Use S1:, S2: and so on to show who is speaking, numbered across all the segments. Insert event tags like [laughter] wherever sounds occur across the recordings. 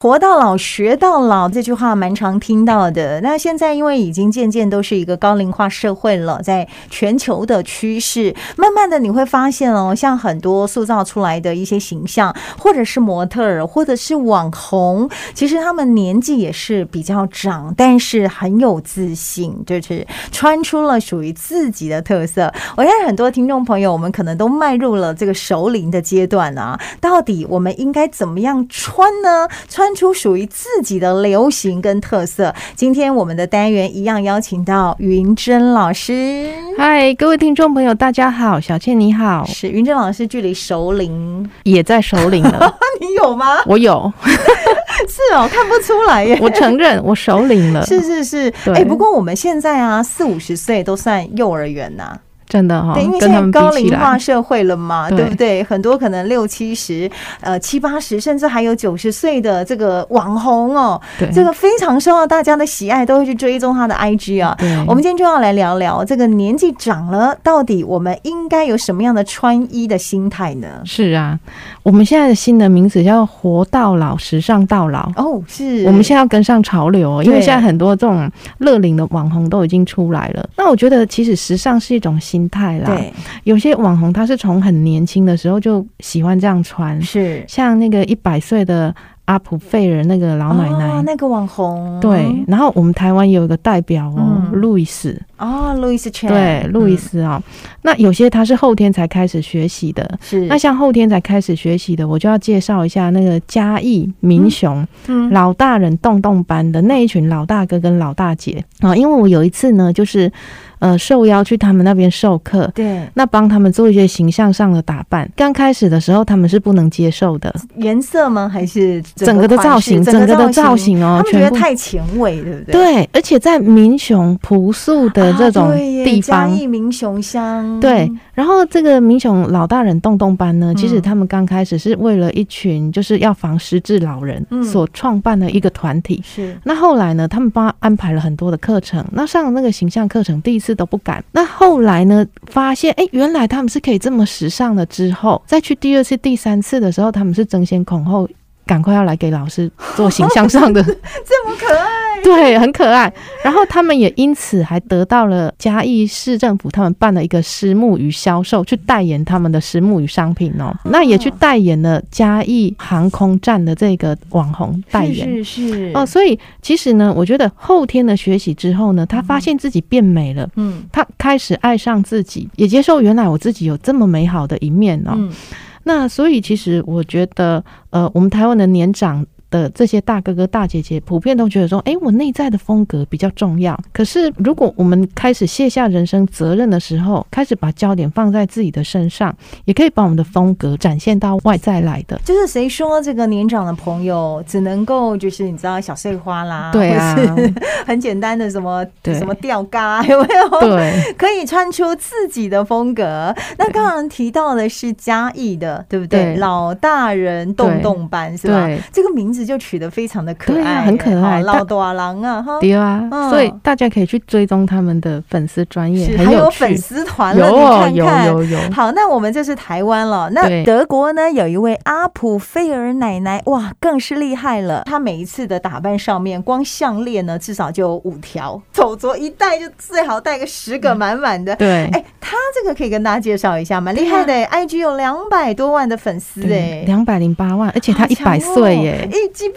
S1: 活到老学到老这句话蛮常听到的。那现在因为已经渐渐都是一个高龄化社会了，在全球的趋势，慢慢的你会发现哦，像很多塑造出来的一些形象，或者是模特儿，或者是网红，其实他们年纪也是比较长，但是很有自信，就是穿出了属于自己的特色。我相信很多听众朋友，我们可能都迈入了这个熟龄的阶段啊，到底我们应该怎么样穿呢？穿出属于自己的流行跟特色。今天我们的单元一样邀请到云珍老师，
S2: 嗨，各位听众朋友，大家好，小倩你好，
S1: 是云珍老师距离熟
S2: [laughs]
S1: 龄，
S2: 也在首
S1: [laughs]
S2: 领了，
S1: 你有吗？
S2: 我有，
S1: 是哦，看不出来
S2: [laughs]
S1: 耶。
S2: 我承
S1: [laughs]
S2: 认我首领了，
S1: 是是是，
S2: 对
S1: 哎、不过我们现在啊，四五十岁都算幼儿园呐、
S2: 真的哈、
S1: 对，因为
S2: 哦跟
S1: 现
S2: 他
S1: 在
S2: 们
S1: 高
S2: 比起
S1: 龄化
S2: 来，
S1: 社会了嘛，对
S2: 对
S1: 不对？很多可能六七十、呃七八十，甚至还有九十岁的这个网红哦，
S2: 对
S1: 这个非常受到大家的喜爱，都会去追踪他的 IG 啊。
S2: 对
S1: 我们今天就要来聊聊这个年纪长了，到底我们应该有什么样的穿衣的心态呢？
S2: 是啊，我们现在的新的名字叫“活到老，时尚到老”。
S1: 哦，是
S2: 我们现在要跟上潮流哦，因为
S1: 对
S2: 现在很多这种乐龄的网红都已经出来了。那我觉得，其实时尚是一种心态啦。
S1: 对
S2: 有些网红他是从很年轻的时候就喜欢这样穿，
S1: 是
S2: 像那个一百岁的阿普费尔那个老奶奶，
S1: 哦那个网红
S2: 对，然后我们台湾也有一个代表哦
S1: 嗯，
S2: 路易斯，
S1: 哦，路易斯全
S2: 对，路易斯哦，那有些他是后天才开始学习的。
S1: 是
S2: 那像后天才开始学习的，我就要介绍一下那个嘉义民雄、
S1: 嗯
S2: 老大人洞洞班的那一群老大哥跟老大姐啊、因为我有一次呢，就是呃受邀去他们那边授课，
S1: 对
S2: 那帮他们做一些形象上的打扮。刚开始的时候，他们是不能接受的，
S1: 颜色吗？还是
S2: 整个的
S1: 款
S2: 造
S1: 式
S2: 型，整个的造
S1: 造？
S2: 型
S1: 他，
S2: 哦
S1: 们觉
S2: 全
S1: 得
S2: 部
S1: 太前卫，对不对？
S2: 对，而且在民雄朴素的
S1: 啊
S2: 这种
S1: 对耶
S2: 地
S1: 嘉
S2: 方，
S1: 义民雄乡，
S2: 对然后这个民雄老大人洞洞班呢，
S1: 嗯
S2: 其实他们刚开始是为了一群就是要防失智老人
S1: 嗯
S2: 所创办的一个团体。
S1: 是
S2: 那后来呢，他们帮他安排了很多的课程。那上了那个形象课程，第一次都不敢。那后来呢，发现哎，诶原来他们是可以这么时尚的。之后再去第二次、第三次的时候，他们是争先恐后，赶快要来给老师做形象上的
S1: 这么可爱， [laughs]
S2: 对，很可爱。然后他们也因此还得到了嘉义市政府他们办了一个石木鱼销售，去代言他们的石木鱼商品
S1: 啊
S2: 哦。那也去代言了嘉义航空站的这个网红代言。
S1: 是是
S2: 哦，，所以其实呢，我觉得后天的学习之后呢，他发现自己变美了，
S1: 嗯
S2: 他开始爱上自己，也接受原来我自己有这么美好的一面哦。
S1: 嗯
S2: 那所以其实我觉得，呃，我们台湾的年长的这些大哥哥大姐姐，普遍都觉得说，诶，我内在的风格比较重要。可是如果我们开始卸下人生责任的时候，开始把焦点放在自己的身上，也可以把我们的风格展现到外在来的。
S1: 就是谁说这个年长的朋友只能够就是你知道小碎花啦，
S2: 对啊
S1: 或是很简单的什么
S2: 对
S1: 什么吊嘎有没有？
S2: [laughs] 对，
S1: 可以穿出自己的风格。那刚刚提到的是嘉义的，对不对？
S2: 对
S1: 老大人洞洞班 [laughs] 是吧
S2: 对？
S1: 这个名字就取得非常的可
S2: 对
S1: 爱，
S2: 啊很可爱
S1: 哦
S2: 但
S1: 老大郎啊，哈，
S2: 对啊，
S1: 嗯
S2: 所以大家可以去追踪他们的粉丝专业，
S1: 是
S2: 很
S1: 还有
S2: 趣
S1: 粉丝团
S2: 有
S1: 了，
S2: 哦
S1: 你
S2: 有
S1: 看看。
S2: 有有，
S1: 好，那我们这是台湾了。那
S2: 对
S1: 德国呢，有一位阿普菲尔奶奶，哇，更是厉害了。她每一次的打扮上面，光项链呢至少就有五条，手镯一戴就最好戴个十个满满的。
S2: 对。
S1: 哎，她这个可以跟大家介绍一下，蛮厉害的、IG 有两百多万的粉丝哎、哦
S2: 两百零八万，嗯而且他一百岁耶，
S1: 一鸡巴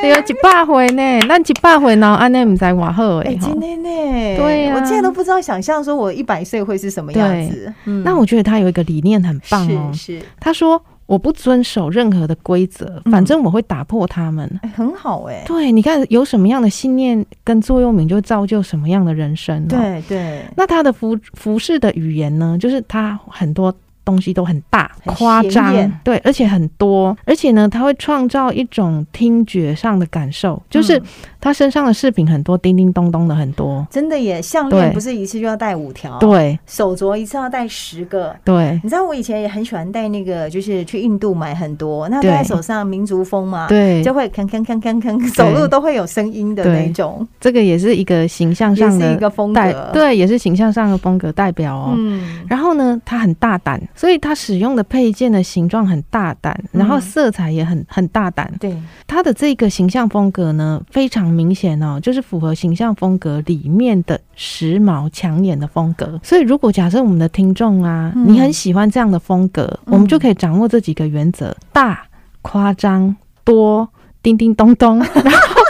S2: 对啊，一百岁呢，咱一百岁然后安尼唔知偌好
S1: 哎，
S2: 诶吼
S1: 今。天呢？
S2: 对啊
S1: 我现在都不知道想象说我一百岁会是什么样子。嗯
S2: 那我觉得他有一个理念很棒哦，
S1: 是是、
S2: 他说我不遵守任何的规则，
S1: 嗯
S2: 反正我会打破他们。
S1: 哎，很好哎、
S2: 对，你看有什么样的信念跟座右铭，就造就什么样的人生、哦。，
S1: 对对，
S2: 那他的服服饰的语言呢，就是他很多。东西都很大、
S1: 很
S2: 夸张
S1: 显眼，
S2: 对，而且很多，而且呢，它会创造一种听觉上的感受，就是
S1: 嗯
S2: 他身上的饰品很多，叮叮咚咚的很多，
S1: 真的耶，项链
S2: 对
S1: 不是一次就要戴五条，
S2: 对
S1: 手镯一次要戴十个。
S2: 对
S1: 你知道我以前也很喜欢戴那个，就是去印度买很多，那戴在
S2: 对
S1: 手上民族风嘛，，
S2: 对，
S1: 啊就会铿铿铿铿铿，走路都会有声音的
S2: 对
S1: 那种，
S2: 这个也是一个形象
S1: 也
S2: 上
S1: 是一
S2: 的
S1: 个风
S2: 代
S1: 格，，
S2: 对，也是形象上的风格代表哦。
S1: 嗯，
S2: 然后呢，他很大胆，所以它使用的配件的形状很大胆，然后
S1: 嗯
S2: 色彩也很很大胆。
S1: 对，
S2: 它的这个形象风格呢，非常明显哦，就是符合形象风格里面的时髦抢眼的风格。所以，如果假设我们的听众啊，
S1: 嗯
S2: 你很喜欢这样的风格，
S1: 嗯
S2: 我们就可以掌握这几个原则：大、夸张、多、叮叮
S1: [laughs]
S2: 咚咚。然后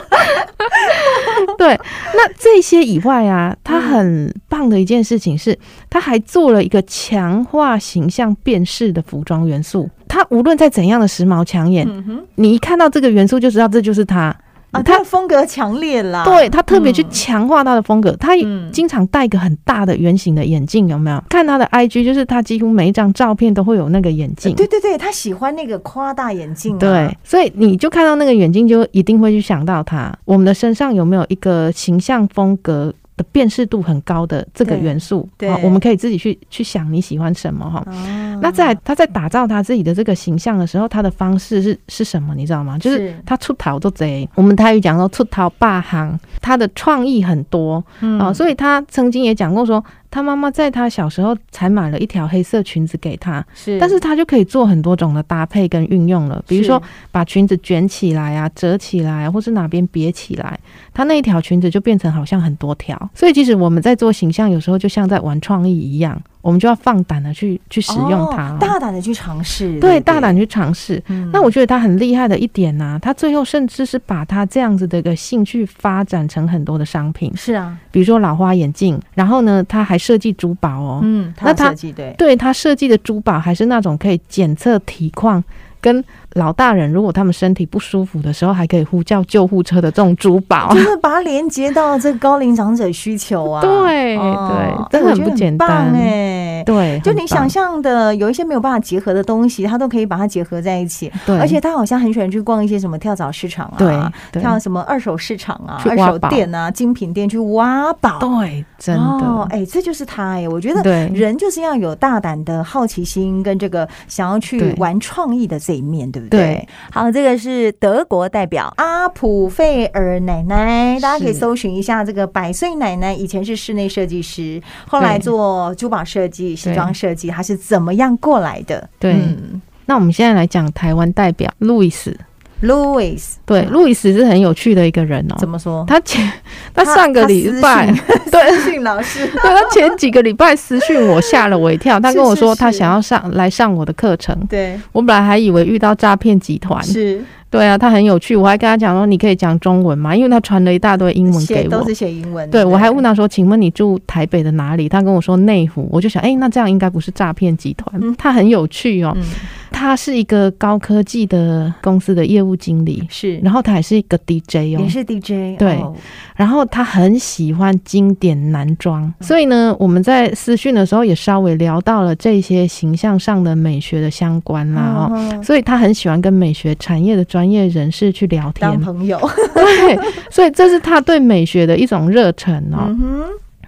S2: 对，那这些以外啊，它很棒的一件事情是，它还做了一个强化形象辨识的服装元素。它无论在怎样的时髦抢眼，
S1: 嗯哼，
S2: 你一看到这个元素就知道这就是他。
S1: 啊，他
S2: 他
S1: 的风格强烈啦，，
S2: 对他特别去
S1: 嗯
S2: 强化他的风格，他
S1: 嗯，
S2: 经常戴一个很大的圆形的眼镜，有没有？看他的 IG，就是他几乎每一张照片都会有那个眼镜。
S1: 对对对，他喜欢那个夸大眼镜、啊，
S2: 对，所以你就看到那个眼镜，就一定会去想到他。我们的身上有没有一个形象风格的辨识度很高的这个
S1: 对
S2: 元素？
S1: 对
S2: 好我们可以自己去去想你喜欢什么哈。
S1: 啊，
S2: 那在他在打造他自己的这个形象的时候，他的方式是是什么？你知道吗？就是
S1: 是
S2: 他出逃做贼，我们台语讲说出逃霸行，他的创意很多
S1: 嗯
S2: 啊、所以他曾经也讲过说，他妈妈在他小时候才买了一条黑色裙子给他，
S1: 是，
S2: 但是他就可以做很多种的搭配跟运用了，比如说把裙子卷起来啊、折起来、啊，或是哪边别起来，他那一条裙子就变成好像很多条。所以其实我们在做形象，有时候就像在玩创意一样，我们就要放胆的去去使用它、
S1: 哦大胆的去尝试，
S2: 对，
S1: 不
S2: 大胆，去尝试。
S1: 嗯
S2: 那我觉得他很厉害的一点呢、他最后甚至是把他这样子的一个兴趣发展成很多的商品，
S1: 是啊，
S2: 比如说老花眼镜，然后呢，他还设计珠宝哦。
S1: 嗯，
S2: 那
S1: 那
S2: 他
S1: 设计对，
S2: [laughs] 对他设计的珠宝还是那种可以检测体况，跟老大人如果他们身体不舒服的时候，还可以呼叫救护车的这种珠
S1: [laughs]
S2: 宝
S1: 就。是把它连接到这高龄长者需求啊，
S2: 对
S1: 哦
S2: 对
S1: 哎
S2: 这很
S1: 我觉得
S2: 不简
S1: 棒
S2: 单
S1: 哎。[laughs]
S2: 对，
S1: 就
S2: 很
S1: 你想
S2: 棒
S1: 象的，有一些没有办法结合的东西，他都可以把它结合在一起。
S2: 对，
S1: 而且他好像很喜欢去逛一些什么跳蚤市场啊，
S2: 对对
S1: 跳什么二手市场啊、
S2: 去
S1: 二
S2: 挖
S1: 手
S2: 宝
S1: 店啊、精品店去挖宝。
S2: 对，真的、
S1: 哦，哎、这就是他哎、我觉得
S2: 对
S1: 人就是要有大胆的好奇心跟这个想要去
S2: 对
S1: 玩创意的这一面，对不对？
S2: 对
S1: 好，这个是德国代表阿普费尔奶奶，大家可以
S2: 是
S1: 搜寻一下这个百岁奶奶，以前是室内设计师，后来
S2: 对
S1: 做珠宝设计、时
S2: 对
S1: 装设计，她是怎么样过来的？
S2: 对
S1: 嗯、
S2: 那我们现在来讲台湾代表路易斯。
S1: ，Louis
S2: 对，
S1: 嗯
S2: 路易斯是很有趣的一个人哦。
S1: 怎么说？
S2: 他前他上个礼拜，
S1: 他
S2: [laughs] 对，
S1: 对，私讯老师
S2: 他前几个礼拜私讯我，吓了我一跳。他跟
S1: [laughs]
S2: 我
S1: 是
S2: 说
S1: 是
S2: 他想要上来上我的课程，
S1: 对，
S2: 我本来还以为遇到诈骗集团。
S1: 是
S2: 对啊，他很有趣，我还跟他讲说你可以讲中文嘛，因为他传了一大堆英文
S1: 写
S2: 给
S1: 都
S2: 我。
S1: 是写英文，
S2: 对，我还问他说：“请问你住台北的哪里？”他跟我说内湖，我就想，哎、那这样应该不是诈骗集团。
S1: 嗯
S2: 他很有趣哦，
S1: 嗯，
S2: 他是一个高科技的公司的业务经理，
S1: 是。
S2: 然后他还是一个 DJ 哦，
S1: 也是 DJ，
S2: 对
S1: 哦
S2: 然后他很喜欢经典男
S1: 嗯
S2: 装，所以呢，我们在私讯的时候也稍微聊到了这些形象上的美学的相关啦、哦。
S1: 哦
S2: 所以他很喜欢跟美学产业的专业人士去聊天
S1: 当，朋友，
S2: [laughs] 对，所以这是他对美学的一种热忱哦。
S1: 嗯哼，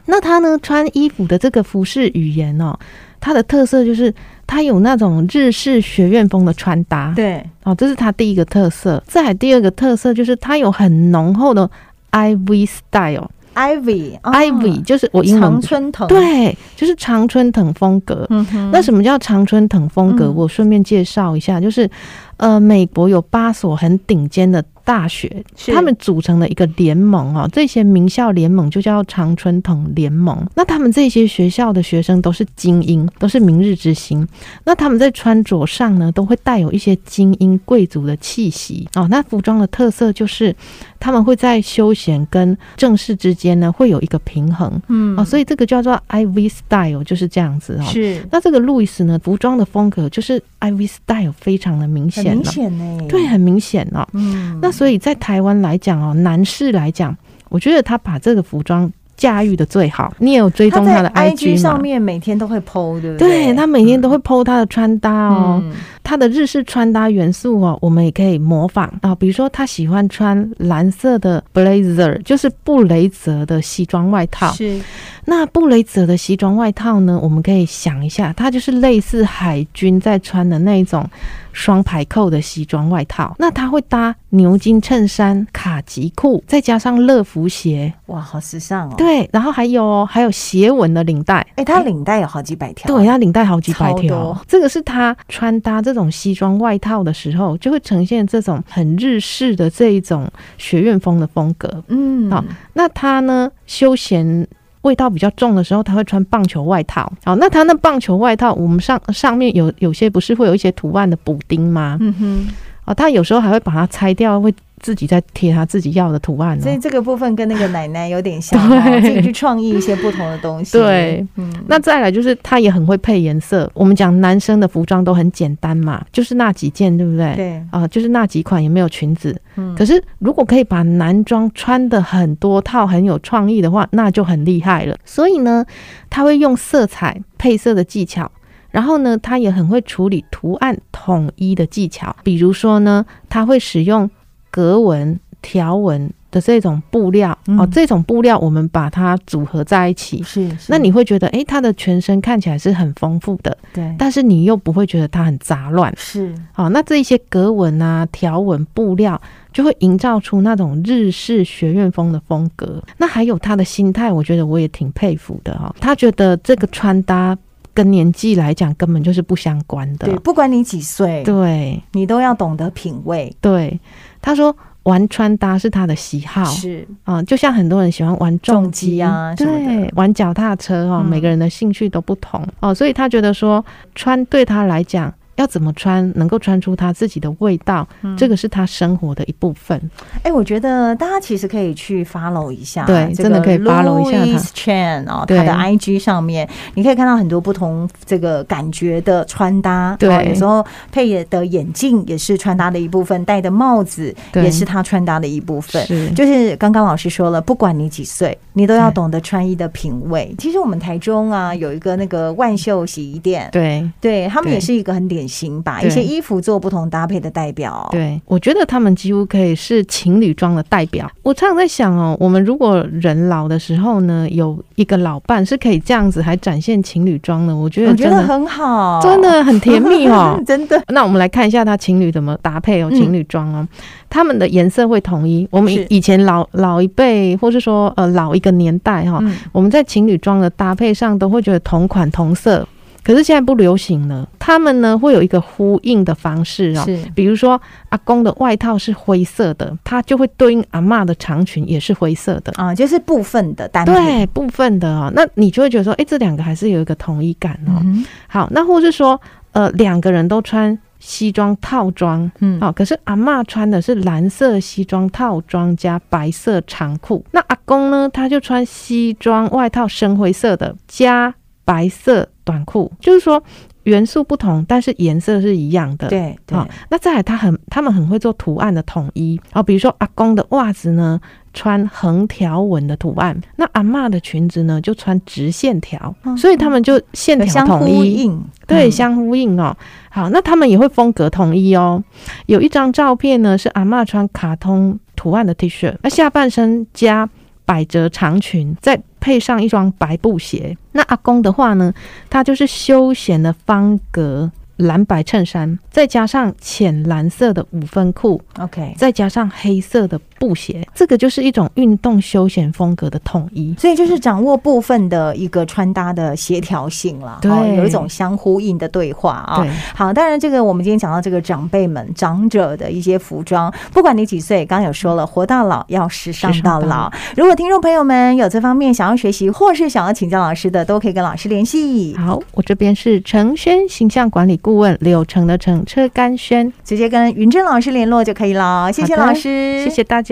S2: 那他呢，穿衣服的这个服饰语言哦，它的特色就是它有那种日式学院风的穿搭，
S1: 对，
S2: 哦，这是它第一个特色。再来第二个特色就是它有很浓厚的 IV style，
S1: Ivy，哦
S2: Ivy 就是我英文
S1: 常春藤，，
S2: 对，就是常春藤风格。
S1: 嗯哼，
S2: 那什么叫常春藤风格？
S1: 嗯
S2: 我顺便介绍一下，就是呃，美国有八所很顶尖的大学，
S1: 是
S2: 他们组成了一个联盟哦，这些名校联盟就叫常春藤联盟。那他们这些学校的学生都是精英，都是明日之星。那他们在穿着上呢，都会带有一些精英贵族的气息哦。那服装的特色就是他们会在休闲跟正式之间呢，会有一个平衡。
S1: 嗯
S2: 哦，所以这个叫做 IV style 就是这样子哦。
S1: 是
S2: 那这个路易斯呢，服装的风格就是 IV style 非常的
S1: 很
S2: 明显
S1: 明
S2: 了、
S1: 显呢，
S2: 对，，很明显哦。
S1: 嗯，
S2: 那所以在台湾来讲哦，男士来讲，我觉得他把这个服装驾驭的最好。你也有追
S1: 他
S2: 踪他
S1: 在
S2: 的
S1: IG
S2: 吗
S1: 上面每天都会 PO，对不
S2: 对他每天都
S1: 会
S2: 会 PO 他的穿搭哦，
S1: 嗯，
S2: 它的日式穿搭元素哦，我们也可以模仿啊，比如说他喜欢穿蓝色的 blazer，就是布雷泽的西装外套。
S1: 是
S2: 那布雷泽的西装外套呢，我们可以想一下，它就是类似海军在穿的那一种双排扣的西装外套。那它会搭牛津衬衫、卡其裤，再加上乐福鞋，
S1: 哇，好时尚哦。，
S2: 对，然后还有哦还有斜纹的领带。
S1: 哎，它领带有好几百条。
S2: 对，，它领带好几百
S1: 哦超
S2: 条
S1: 多，
S2: 这个是他穿搭这种西装外套的时候，就会呈现这种很日式的这一种学院风的风格。
S1: 嗯，
S2: 好那他呢，休闲味道比较重的时候，他会穿棒球外套。好，那他那棒球外套，我们上上面有有些不是会有一些图案的补丁吗？
S1: 嗯哼。
S2: 哦，他有时候还会把它拆掉，会自己再贴他自己要的图案、
S1: 所以
S2: 哦。
S1: 这个部分跟那个奶奶有点像、哦，
S2: 对
S1: 自己去创意一些不同的东西。
S2: 对，
S1: 嗯，
S2: 那再来就是他也很会配颜色。我们讲男生的服装都很简单嘛，就是那几件，对不对？
S1: 对，
S2: 啊、就是那几款也没有裙子。
S1: 嗯
S2: 可是如果可以把男装穿的很多套，很有创意的话，那就很厉害了。所以呢，他会用色彩配色的技巧。然后呢，他也很会处理图案统一的技巧，比如说呢，他会使用格纹、条纹的这种布料、哦
S1: 嗯，
S2: 这种布料我们把它组合在一起，
S1: 是，是
S2: 那你会觉得，诶，他的全身看起来是很丰富的，
S1: 对，
S2: 但是你又不会觉得它很杂乱。
S1: 是
S2: 好，那这一些格纹啊、条纹、布料，就会营造出那种日式学院风的风格。那还有他的心态，我觉得我也挺佩服的哈、他觉得这个穿搭跟年纪来讲根本就是不相关的
S1: 对，。不管你几岁，
S2: 对
S1: 你都要懂得品味。
S2: 对，他说玩穿搭是他的喜好
S1: 是，
S2: 啊、就像很多人喜欢玩
S1: 重
S2: 重
S1: 机
S2: 机
S1: 啊什么的
S2: 对，玩脚踏车哦，
S1: 嗯
S2: 每个人的兴趣都不同哦，所以他觉得说穿对他来讲。要怎么穿能够穿出他自己的味道，这
S1: 个
S2: 个是他生活的一部分。
S1: 哎，我觉得大家其实可以去 follow 一下，
S2: 对
S1: 这
S2: 真的
S1: 个
S2: 可以 follow 一下他
S1: Louis Chen 哦，
S2: 对
S1: 他的 IG 上面你可以看到很多不同这个感觉的穿搭，
S2: 对
S1: 哦有时候配的眼镜也是穿搭的一部分，戴的帽子
S2: 对
S1: 也是他穿搭的一部分。
S2: 是
S1: 就是刚刚老师说了，不管你几岁，你都要
S2: 对
S1: 懂得穿衣的品味。其实我们台中啊有一个那个万秀洗衣店，
S2: 对
S1: 对他们
S2: 对
S1: 也是一个很典型吧，
S2: 对
S1: 一些衣服做不同搭配的代表。，
S2: 对，我觉得他们几乎可以是情侣装的代表。我常常在想哦，我们如果人老的时候呢，有一个老伴是可以这样子还展现情侣装的，我觉
S1: 我
S2: 得
S1: 觉
S2: 嗯真
S1: 得
S2: 的
S1: 很好，。
S2: 真的很甜蜜哦
S1: [laughs] 真的
S2: 那我们来看一下他情侣怎么搭配哦，
S1: 嗯
S2: 情侣装哦，他们的颜色会统一。我们
S1: 是
S2: 以以前老老一辈，或是说呃老一个年代哈、
S1: 嗯
S2: 我们在情侣装的搭配上都会觉得同款同色，可是现在不流行了。他们呢会有一个呼应的方式哦，
S1: 是
S2: 比如说阿公的外套是灰色的，它就会对应阿嬷的长裙也是灰色的。
S1: 啊，就是部分的单品。
S2: 对部分的哦，那你就会觉得说，哎，这两个还是有一个统一感哦。
S1: 嗯
S2: 好，那或是说，呃，两个人都穿西装套装，
S1: 嗯，
S2: 哦，可是阿嬷穿的是蓝色西装套装加白色长裤，那阿公呢，他就穿西装外套深灰色的加白色短裤，就是说元素不同，但是颜色是一样的。。
S1: 对对
S2: 好，那再来，他很他们很会做图案的统一哦，比如说阿公的袜子呢穿横条纹的图案，那阿嬷的裙子呢就穿直线条，
S1: 嗯
S2: 所以他们就线
S1: 有
S2: 条
S1: 相
S2: 统
S1: 呼
S2: 一。
S1: 应，
S2: 对，
S1: 嗯
S2: 相呼应哦。好，那他们也会风格统一哦。有一张照片呢，是阿嬷穿卡通图案的 T 恤，那下半身加百褶长裙，再配上一双白布鞋。那阿公的话呢，他就是休闲的方格蓝白衬衫，再加上浅蓝色的五分裤，
S1: OK。
S2: 再加上黑色的布鞋，这个就是一种运动休闲风格的统一。
S1: 所以就是掌握部分的一个穿搭的协调性了，
S2: 对
S1: 哦有一种相呼应的对话啊、
S2: 对，
S1: 好，当然这个我们今天讲到这个长辈们、长者的一些服装，不管你几岁，刚刚有说了，活到老要时尚
S2: 时尚
S1: 到
S2: 到
S1: 老。如果听众朋友们有这方面想要学习，或是想要请教老师的，都可以跟老师联系，
S2: 好，我这边是程轩形象管理顾问柳橙的橙车甘轩，
S1: 直接跟云珍老师联络就可以了。谢谢
S2: 好的
S1: 老师，
S2: 谢谢大家。